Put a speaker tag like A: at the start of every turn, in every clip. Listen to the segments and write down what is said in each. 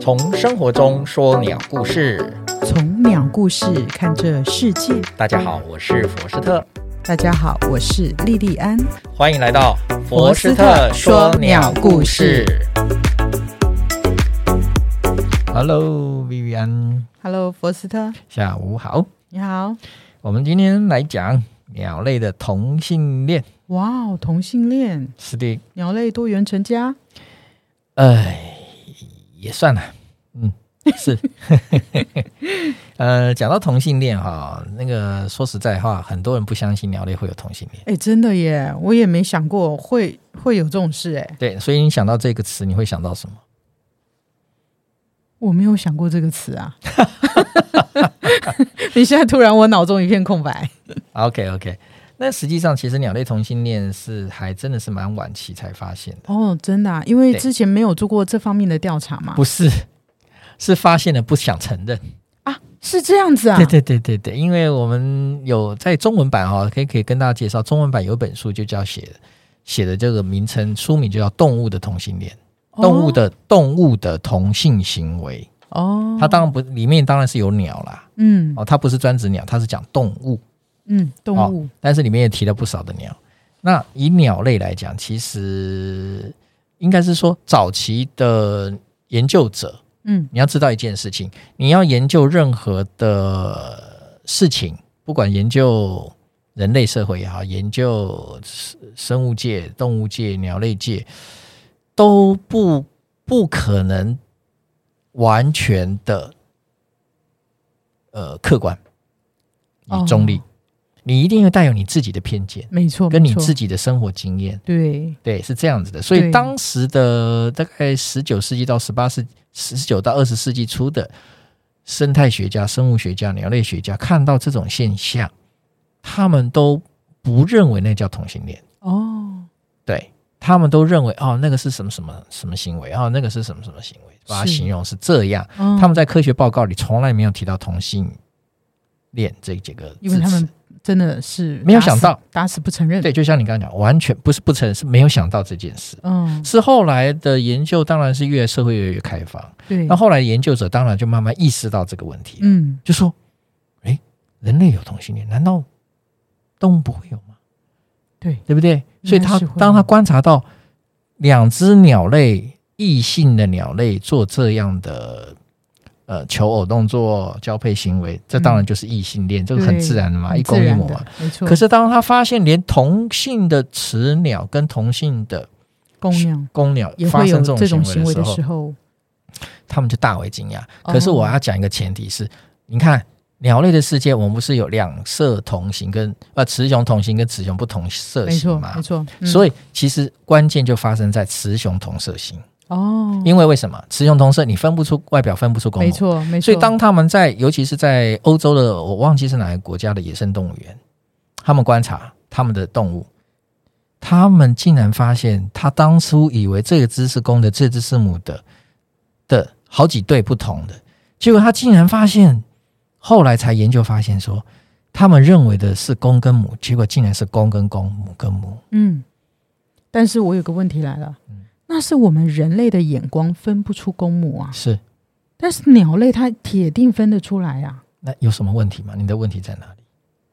A: 从生活中说鸟故事。
B: 从鸟故事看这世界。
A: 大家好，我是佛斯特，
B: 大家好，我是莉莉安。
A: 欢迎来到
B: 佛斯特说鸟故事。
A: Hello Vivian，
B: Hello，佛斯特，
A: 下午好。
B: 你好。
A: 我们今天来讲鸟类的同性恋。
B: 哇哦，同性恋，
A: 是的，
B: 鸟类多元成家，
A: 哎，也算了，嗯，是。 呃，讲到同性恋哈，那个说实在话，很多人不相信鸟类会有同性恋。
B: 哎，真的耶，我也没想过会会有这种事，哎，
A: 对，所以你想到这个词，你会想到什么？
B: 我没有想过这个词 啊。你现在突然我脑中一片空白。
A: OK OK，那实际上其实鸟类同性恋是还真的是蛮晚期才发现的，
B: 哦，真的、啊，因为
A: 对
B: 之前没有做过这方面的调查嘛。
A: 不是，是发现了不想承认。
B: 啊，是这样子啊。
A: 对对对对对，因为我们有在中文版哈、哦，可以可以跟大家介绍，中文版有一本书就叫写写的这个名称书名就叫《动物的同性恋》，动物的、动物的同性行为，
B: 哦，
A: 它当然不里面当然是有鸟啦，
B: 嗯
A: 哦，它不是专指鸟，它是讲动物。
B: 嗯，动物、
A: 哦但是里面也提了不少的鸟。那以鸟类来讲，其实应该是说早期的研究者，
B: 嗯
A: 你要知道一件事情，你要研究任何的事情，不管研究人类社会也好，研究生物界、动物界、鸟类界，都不不可能完全的呃客观与中立，
B: 哦
A: 你一定要带有你自己的偏见，
B: 没错，
A: 跟
B: 哦没
A: 你
B: 错
A: 自己的生活经验。
B: 对，
A: 对，是这样子的。所以
B: 对
A: 当时的大概十九世纪到十八世、十九到二十世纪初的生态学家、生物学家、鸟类学家看到这种现象，他们都不认为那叫同性恋，
B: 哦，
A: 对他们都认为哦，那个是什么什么什么行为，哦，那个是什么什么行为，把它
B: 是
A: 形容是这样。
B: 他
A: 他们在科学报告里从来没有提到同性恋这几个字词，
B: 因为他们真的是
A: 没有
B: 打死
A: 想到，
B: 打死不承认。
A: 对，，就像你刚刚讲，完全不是不承认，是没有想到这件事。
B: 嗯，
A: 是后来的研究，当然是越社会越来越开放，
B: 对，
A: 那后来研究者当然就慢慢意识到这个问题，
B: 嗯，
A: 就说：“哎，人类有同性恋，难道动物不会有吗？
B: 对，
A: 对不对？”
B: 应该
A: 所以他
B: 嗯是会
A: 当他
B: 有
A: 观察到两只鸟类异性的鸟类做这样的呃求偶动作、交配行为，这当然就是异性恋，这个很
B: 对
A: 自然的嘛，
B: 嗯很
A: 一
B: 自
A: 公一
B: 然
A: 母
B: 的
A: 嘛。，
B: 没错。
A: 可是当他发现连同性的雌鸟跟同性的
B: 公鸟
A: 公鸟
B: 也
A: 发
B: 会有
A: 生
B: 这种行
A: 行
B: 为
A: 为
B: 的
A: 的时
B: 时
A: 候，
B: 候，
A: 他们就大为惊讶。
B: 哦
A: 可是我要讲一个前提是，你看鸟类的世界，我们不是有两色同行跟呃雌雄同行跟雌雄不同色
B: 没
A: 型
B: 错，嗯
A: 嘛
B: 没？错。以
A: 所以其实关键就发生在雌雄同色型，
B: 哦，
A: 因为为什么雌雄同色你分不出外表分不出公
B: 没
A: 母，
B: 错，没错。
A: 所以当他们在尤其是在欧洲的我忘记是哪个国家的野生动物园，他们观察他们的动物，他们竟然发现他当初以为这个只是公的，这只是母的的好几对不同的，结果他竟然发现，后来才研究发现说，他们认为的是公跟母，结果竟然是公跟公，母跟母。
B: 嗯，但是我有个问题来了
A: 嗯，
B: 那是我们人类的眼光分不出公母啊，
A: 是，
B: 但是鸟类它铁定分得出来啊。
A: 那有什么问题吗？你的问题在哪里？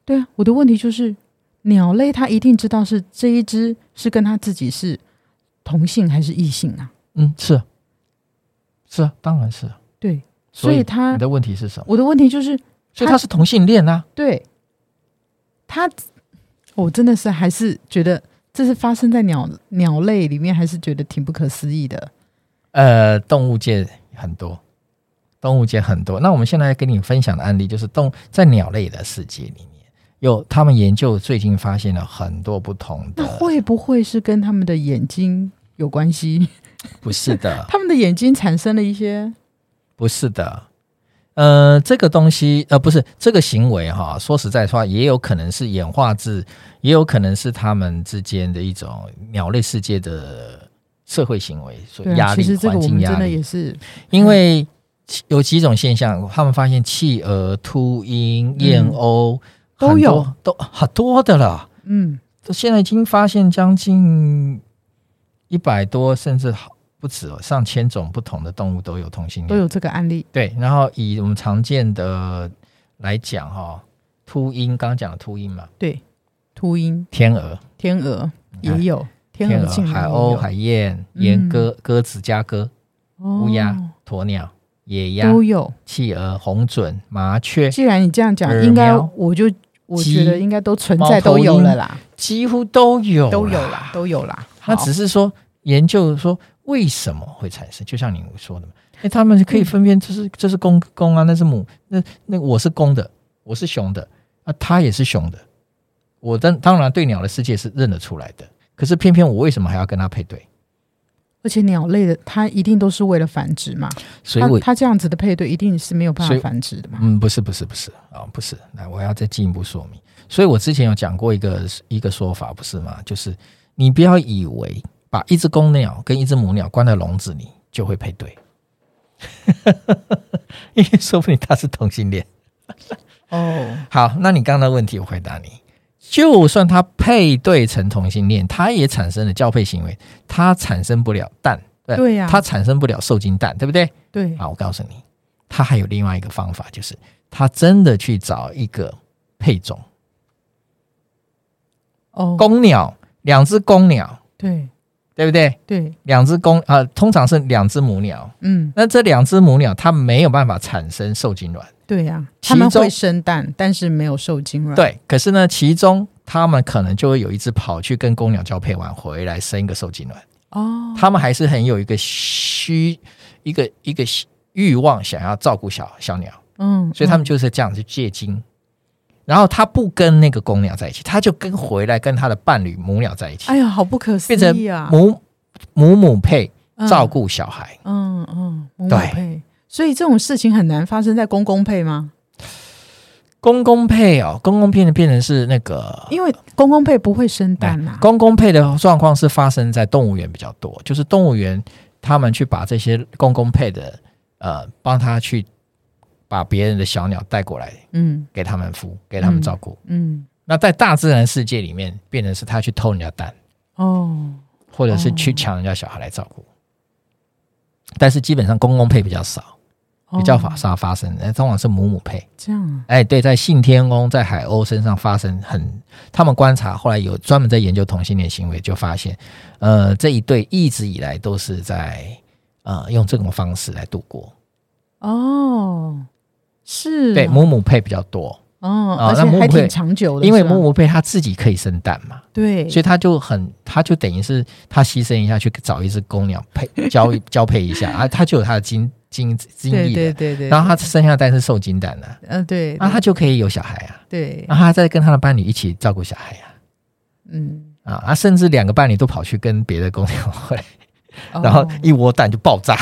B: 对啊，我的问题就是，鸟类它一定知道是这一只是跟它自己是同性还是异性啊？
A: 嗯，是啊，是啊，当然是啊。
B: 对，
A: 所
B: 所
A: 以
B: 以它
A: 你的问题是什么？
B: 我的问题就是，
A: 所以他是同性恋啊。
B: 对它，我真的是还是觉得这是发生在鸟鸟类里面，还是觉得挺不可思议的。
A: 呃，动物界很多，动物界很多。那我们现在跟你分享的案例就是动在鸟类的世界里面，有他们研究最近发现了很多不同
B: 那
A: 的，
B: 会不会是跟他们的眼睛有关系？
A: 不是的，
B: 他们的眼睛产生了一些
A: 不是的。呃，这个东西，呃，不是这个行为哈，说实在话，也有可能是演化至，也有可能是他们之间的一种鸟类世界的社会行为，所
B: 对、
A: 以
B: 啊，
A: 压力、
B: 其实这个
A: 环
B: 我
A: 境
B: 们
A: 压
B: 真的
A: 力
B: 也是
A: 因
B: 嗯
A: 为其有几种现象，他们发现企鹅、秃鹰、燕鸥、
B: 嗯都
A: 很多
B: 有，
A: 都很多的了。
B: 嗯
A: 都现在已经发现将近一百多，甚至好不止哦，上千种不同的动物都有同性
B: 都
A: 恋。
B: 有这个案例。
A: 对，然后以我们常见的来讲哈、哦，秃鹰刚刚讲的秃鹰嘛，
B: 对，秃鹰、
A: 天鹅、
B: 天鹅也有，天
A: 哎天
B: 鹅
A: 鹅、
B: 竟然
A: 海
B: 也
A: 鸥、
B: 有哦嗯
A: 海燕、岩鸽、鸽子、家鸽、乌鸦
B: 哦
A: 鸵鸟、野鸭、
B: 都有。
A: 企鹅、红隼、麻雀，
B: 既然你这样讲
A: 耳，
B: 应该
A: 苗
B: 我就我觉得
A: 鸡
B: 应该都存
A: 猫
B: 在，
A: 头
B: 都有
A: 鹰
B: 了啦，
A: 几乎都有，
B: 都有啦，。都有啦。
A: 哦那
B: 好
A: 只是说研究说为什么会产生，就像你说的嘛，哎，他们可以分
B: 嗯
A: 辨，这是这是公公啊，那是母，那那我是公的，我是雄的，啊，它也是雄的。我当当然对鸟的世界是认得出来的，可是偏偏我为什么还要跟它配对？
B: 而且鸟类的它一定都是为了繁殖嘛，
A: 所以
B: 它
A: 我
B: 它这样子的配对一定是没有办
A: 所
B: 法
A: 以
B: 繁殖的嘛。
A: 嗯，不是，不是，不是啊、不是。来，我要再进一步说明。所以我之前有讲过一个一个说法，不是吗？就是你不要以为把一只公鸟跟一只母鸟关在笼子里就会配对， 因为说不定它是同性恋。
B: 哦，
A: 好，那你刚刚的问题我回答你，就算它配对成同性恋，它也产生了交配行为，它产生不了蛋，对
B: 对呀
A: 它产生不了受精蛋，对不对？
B: 对，
A: 啊，我告诉你，他还有另外一个方法，就是他真的去找一个配种
B: 哦，
A: 公鸟，两只公鸟，
B: 对
A: 对不对？
B: 对，
A: 两只公啊、通常是两只母鸟。
B: 嗯，
A: 那这两只母鸟，它没有办法产生受精卵，
B: 对呀，
A: 其
B: 它们会
A: 中
B: 生蛋，但是没有受精卵。，
A: 对。可是呢，其中它们可能就会有一只跑去跟公鸟交配完回来生一个受精卵，
B: 哦，
A: 它们还是很有一个需一个一个欲望，想要照顾小小鸟。
B: 嗯，
A: 所以他们
B: 嗯
A: 就是这样去借精。然后他不跟那个公鸟在一起，他就跟回来跟他的伴侣母鸟在一起，
B: 哎呀，好不可思
A: 变成
B: 议啊！
A: 母母母配
B: 嗯
A: 照，顾小孩。
B: 嗯嗯，母母
A: 对
B: 配，所以这种事情很难发生在公公配吗？
A: 公公配哦，公公变成变成是那个。
B: 因为公公配不会生蛋啊呐。
A: 公公配的状况是发生在动物园比较多，就是动物园他们去把这些公公配的，呃，帮他去把别人的小鸟带过来
B: 嗯
A: 给他们孵，给他们
B: 嗯
A: 照顾。
B: 嗯，
A: 那在大自然世界里面，变成是他去偷人家蛋。
B: 哦，
A: 或者是去
B: 哦
A: 抢人家小孩来照顾。但是基本上公公配比较少，
B: 哦
A: 比较发少发生，哎、通常是母母配。
B: 这样啊，
A: 哎，对，在信天翁在海鸥身上发生很，他们观察后来有专门在研究同性恋行为，就发现，呃，这一对一直以来都是在呃用这种方式来度过。
B: 哦，是啊，
A: 对，母母配比较多，
B: 哦，
A: 啊
B: 而
A: 那
B: 且
A: 母
B: 还
A: 会
B: 挺长久的，
A: 因为
B: 是吧啊
A: 母母配它自己可以生蛋嘛，
B: 对，
A: 所以它就很，它就等于是它牺牲一下去找一只公鸟配交交配一 下，啊，它就有它的经经经
B: 对
A: 历的
B: 对对对，
A: 然后他生下的蛋是受精蛋的、啊，
B: 嗯对，
A: 那他就可以有小孩啊，
B: 对，
A: 然后他再跟他的伴侣一起照顾小孩啊，
B: 嗯，
A: 啊啊，甚至两个伴侣都跑去跟别的公鸟会，
B: 哦
A: 然后一窝蛋就爆炸，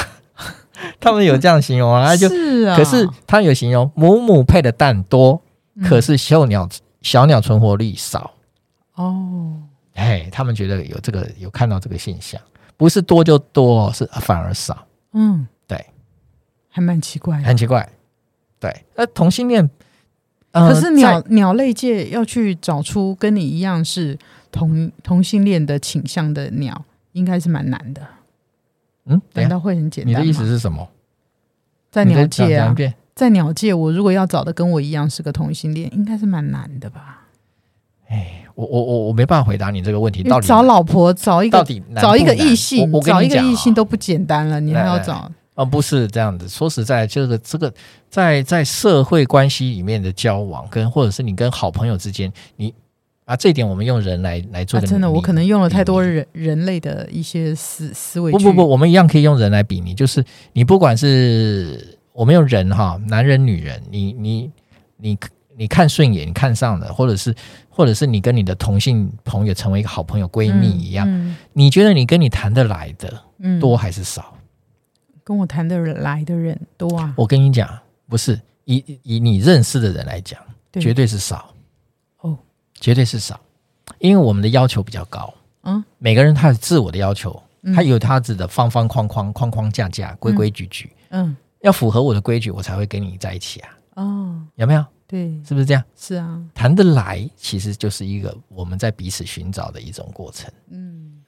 A: 他们有这样形容啊，他就是
B: 啊，
A: 可是他有形容母母配的蛋多，
B: 嗯
A: 可是小鸟小鸟存活率少，
B: 哦，
A: 哎，他们觉得有这个有看到这个现象，不是多就多哦，是反而少，
B: 嗯，
A: 对，
B: 还蛮奇怪的。
A: 很奇怪，对，那同性恋。呃
B: 可是
A: 在
B: 鸟鸟类界要去找出跟你一样是同同性恋的倾向的鸟，应该是蛮难的。
A: 嗯，等一
B: 难
A: 下
B: 道会很简
A: 你
B: 单
A: 的
B: 吗？
A: 意思是什么？
B: 在
A: 你再
B: 鸟
A: 讲
B: 界
A: 讲一
B: 啊，
A: 遍
B: 在鸟界，我如果要找的跟我一样是个同性恋，应该是蛮难的吧？
A: 我我我我没办法回答你这个问题，
B: 因为
A: 到底
B: 找老婆，找一
A: 到
B: 个
A: 底难
B: 找一个
A: 不难
B: 异性
A: 我我，跟
B: 找
A: 你
B: 一个
A: 讲啊
B: 异性都不简单了，你还
A: 来
B: 要
A: 来
B: 找
A: 啊、不是这样子。说实在，这个这个在在社会关系里面的交往，跟或者是你跟好朋友之间，你啊这一点我们用人来来做
B: 啊
A: 个、
B: 真的，我可能用了太多。人人类的一些思思维
A: 不
B: 去。
A: 不不，我们一样可以用人来比拟，就是你不管是我们用人哈，男人女人，你你你你看顺眼，你看上了，或者是或者是你跟你的同性朋友成为一个好朋友闺蜜一样，
B: 嗯，
A: 你觉得你跟你谈得来的
B: 嗯嗯
A: 多还是少？
B: 跟我谈得来的人多啊，
A: 我跟你讲，不是以以你认识的人来讲，
B: 对
A: 绝对是少
B: 哦，
A: 绝对是少，因为我们的要求比较高。
B: 嗯，
A: 每个人他有自我的要求，
B: 嗯
A: 他有他自己的方方框框、框框架架、规规矩矩，
B: 嗯
A: 要符合我的规矩，我才会跟你在一起啊，
B: 哦，
A: 有没有？
B: 对，
A: 是不是这样？
B: 是啊，
A: 谈得来，其实就是一个我们在彼此寻找的一种过程。
B: 嗯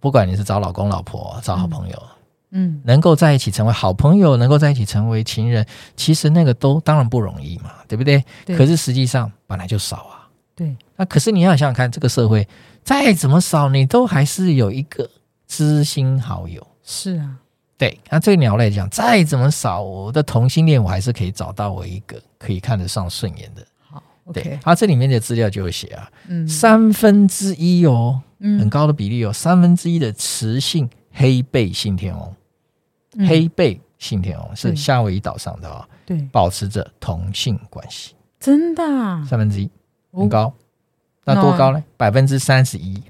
A: 不管你是找老公、老婆、找好朋友，
B: 嗯
A: 能够在一起成为好朋友，能够在一起成为情人，其实那个都当然不容易嘛，对不对？
B: 对
A: 可是实际上本来就少啊。
B: 对，
A: 那可是你要想想看，这个社会再怎么少，你都还是有一个知心好友。
B: 是啊，
A: 对，那这个鸟类讲，再怎么少，我的同性恋我还是可以找到我一个可以看得上顺眼的。
B: 好
A: 对啊
B: ，OK，，
A: 它、这里面的资料就有写啊，
B: 嗯
A: 三分之一哦，很
B: 嗯
A: 高的比例有哦三分之一的雌性黑背信天翁，
B: 嗯
A: 黑背信天翁是
B: 嗯
A: 夏威夷岛上的啊、
B: 对，
A: 保持着同性关系，
B: 真的啊
A: 三分之一
B: 哦
A: 很高。那多高呢？百分之三十一，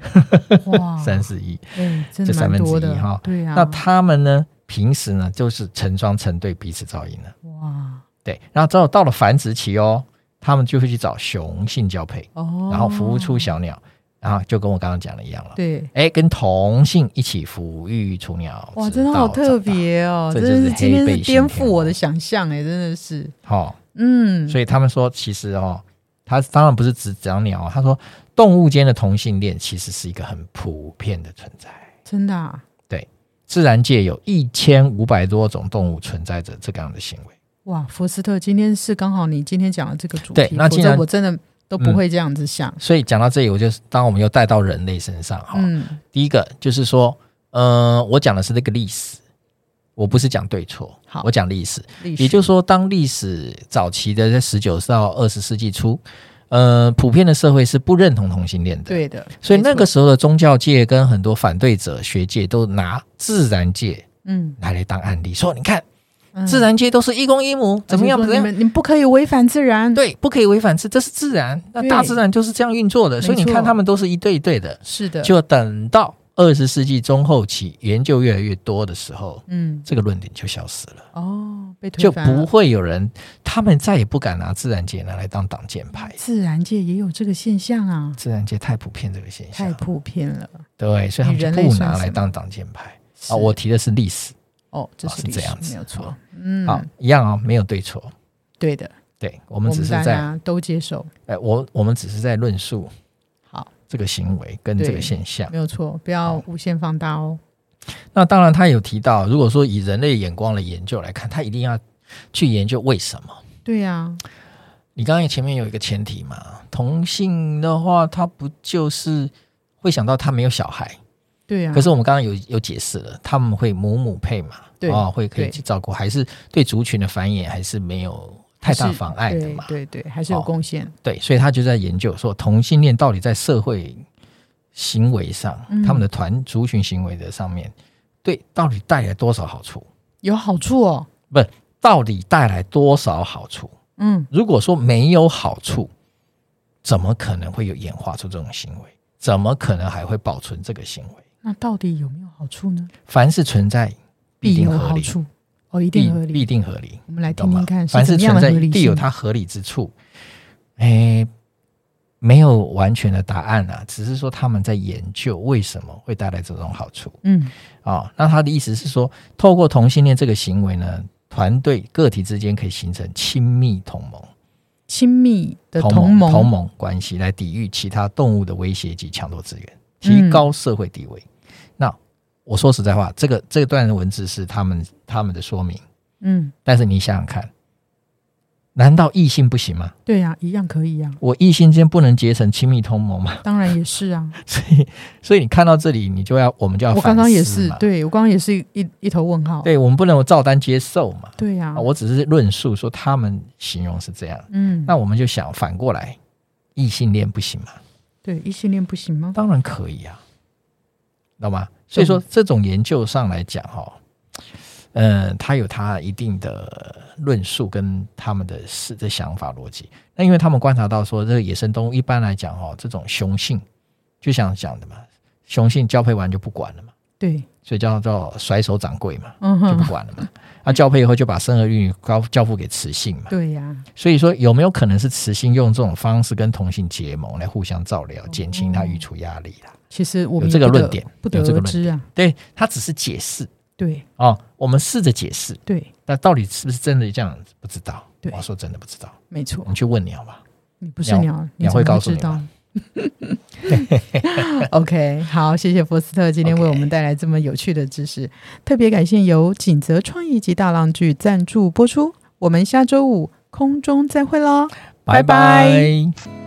B: 哇，
A: 三十一。
B: 哎，真的
A: 这
B: 蛮多
A: 1/3
B: 的
A: 哈
B: 对啊，
A: 那他们呢？平时呢，就是成双成对，彼此照应的。
B: 哇
A: 对，然后之后到了繁殖期哦，他们就会去找雄性交配，
B: 哦，
A: 然后孵出小鸟，然后就跟我刚刚讲的一样了。
B: 对，
A: 哎，跟同性一起抚育雏鸟，
B: 哇，
A: 直
B: 真的
A: 到
B: 好
A: 长
B: 特
A: 大。
B: 别哦，
A: 这
B: 真
A: 就
B: 的
A: 是
B: 是
A: 黑
B: 今天
A: 背
B: 是
A: 信
B: 颠覆
A: 天
B: 我
A: 鹅
B: 的想象哎，真的是，
A: 哦，
B: 嗯，
A: 所以他们说，其实哦，他当然不是只讲鸟哦，他说动物间的同性恋其实是一个很普遍的存在。
B: 真的啊，
A: 自然界有一千五百多种动物存在着这个样的行为。
B: 哇，福斯特，今天是刚好你今天讲的这个主题，
A: 对那
B: 否
A: 既
B: 则
A: 然
B: 我真的都不
A: 嗯
B: 会这样子想。
A: 所以讲到这里，我就当我们又带到人类身上哈、
B: 嗯，
A: 第一个就是说，呃，我讲的是这个历史，我不是讲对错，
B: 好
A: 我讲历史。
B: 历史
A: 也就是说，当历史早期的在十九到二十世纪初，呃，普遍的社会是不认同同性恋的，，
B: 对的，
A: 所以那
B: 没
A: 个
B: 错
A: 时候的宗教界跟很多反对者学界都拿自然界
B: 嗯，
A: 拿来当案例，说你看
B: 嗯
A: 自然界都是一公一母，怎么样
B: 而且
A: 怎么
B: 说你
A: 样。
B: 们你们不可以违反自然，，
A: 对，不可以违反这，这是自然。那
B: 对
A: 大自然就是这样运作的，所以你
B: 没错
A: 看，他们都是一对一对的。
B: 是的，
A: 就等到二十世纪中后期研究越来越多的时候，
B: 嗯，
A: 这个论点就消失了，
B: 哦，被推
A: 就
B: 翻了
A: 不会有人，他们再也不敢拿自然界拿来当挡箭牌。
B: 自然界也有这个现象啊，
A: 自然界太普遍这个现
B: 太
A: 象，
B: 普遍了。
A: 对，所以他们
B: 你人
A: 就
B: 类
A: 不
B: 算
A: 拿
B: 什
A: 来
B: 么
A: 当挡箭牌
B: 是
A: 啊。我提的是历史，
B: 哦，这
A: 哦
B: 是
A: 是
B: 历
A: 这
B: 史
A: 样子
B: 没有错
A: 好，
B: 嗯，
A: 好，一样啊、没有对错。
B: 对的，
A: 对我
B: 我
A: 们只是
B: 大
A: 在，
B: 家都接受，
A: 哎，我我们只是在论述
B: 好，
A: 这个行为跟
B: 对
A: 这个现象。
B: 没有错，不要
A: 好
B: 无限放大哦。
A: 那当然，他有提到，如果说以人类眼光的研究来看，他一定要去研究为什么。
B: 对啊呀，
A: 你刚刚前面有一个前提嘛，同性的话，他不就是会想到他没有小孩？
B: 对啊呀
A: 可，是我们刚刚有有解释了，他们会母母配嘛，
B: 对
A: 哦，会可以
B: 对
A: 去照顾，还是对族群的繁衍还是没有太大
B: 是
A: 妨碍的嘛？
B: 对对对，还是有
A: 哦
B: 贡献，
A: 对所以他就在研究说，同性恋到底在社会行为上，
B: 嗯
A: 他们的团族群行为的上面，对到底带来多少好处？
B: 有好处哦。
A: 到底带来多少好处？
B: 嗯，
A: 如果说没有好处，怎么可能会有演化出这种行为？怎么可能还会保存这个行为？
B: 那到底有没有好处呢？
A: 凡是存在，必定
B: 有
A: 合
B: 好
A: 理，
B: 处，哦，一
A: 必
B: 定合理。
A: 必定合理，
B: 我们来
A: 懂
B: 听
A: 吗
B: 听看，？
A: 凡
B: 怎
A: 是
B: 么样
A: 存
B: 的
A: 在
B: 合理
A: 必有
B: 性？
A: 它合理之处。诶，没有完全的答案啊，只是说他们在研究为什么会带来这种好处
B: 嗯，
A: 啊、那他的意思是说，透过同性恋这个行为呢，团队个体之间可以形成亲密同盟。
B: 亲密的
A: 同
B: 盟，
A: 同盟关系来抵御其他动物的威胁及抢夺资源，
B: 嗯
A: 提高社会地位。那我说实在话，这个这段文字是他们他们的说明，
B: 嗯，
A: 但是你想想看，难道异性不行吗？
B: 对呀、一样可以呀、
A: 我异性间不能结成亲密同盟吗？
B: 当然也是啊。
A: 所以所以你看到这里，你就要我们就要
B: 我刚刚
A: 反思
B: 也是
A: 嘛，
B: 对我刚刚也是一一头问号。
A: 对我们不能照单接受嘛。
B: 对呀、
A: 啊我只是论述说他们形容是这样，
B: 嗯，
A: 那我们就想反过来，异性恋不行吗？
B: 对异性恋不行吗？
A: 当然可以啊，懂吗？所以说
B: 嗯
A: 这种研究上来讲，哈，嗯，它有它一定的论述跟他们的是的想法逻辑。那因为他们观察到说，这个野生动物一般来讲，哈，这种雄性就像讲的嘛，雄性交配完就不管了嘛，
B: 对，
A: 所以叫做甩手掌柜嘛，
B: 嗯
A: 就不
B: 哼，
A: 管了嘛。那、交配以后就把生儿育女交交付给雌性嘛。
B: 对啊呀、
A: 所以说，有没有可能是雌性用这种方式跟同性结盟来互相照料，减轻它
B: 哦
A: 育雏压力啦？
B: 其实我们
A: 有这个
B: 也不得
A: 论点
B: 不得
A: 有这个
B: 而
A: 论
B: 知啊。
A: 对，它只是解释
B: 对
A: 哦，我们试着解释，
B: 对，
A: 但到底是不是真的这样子，不知道。
B: 对
A: 我说真的不知道，
B: 没错
A: 你，去问鸟吧。
B: 你不是
A: 鸟
B: 鸟，你
A: 鸟
B: 怎么
A: 会告诉你
B: 知道
A: 吗？
B: OK，好，谢谢波斯特今天为
A: OK
B: 我们带来这么有趣的知识特别感谢由锦泽创意及大浪剧赞助播出，我们下周五空中再会喽。拜拜
A: 拜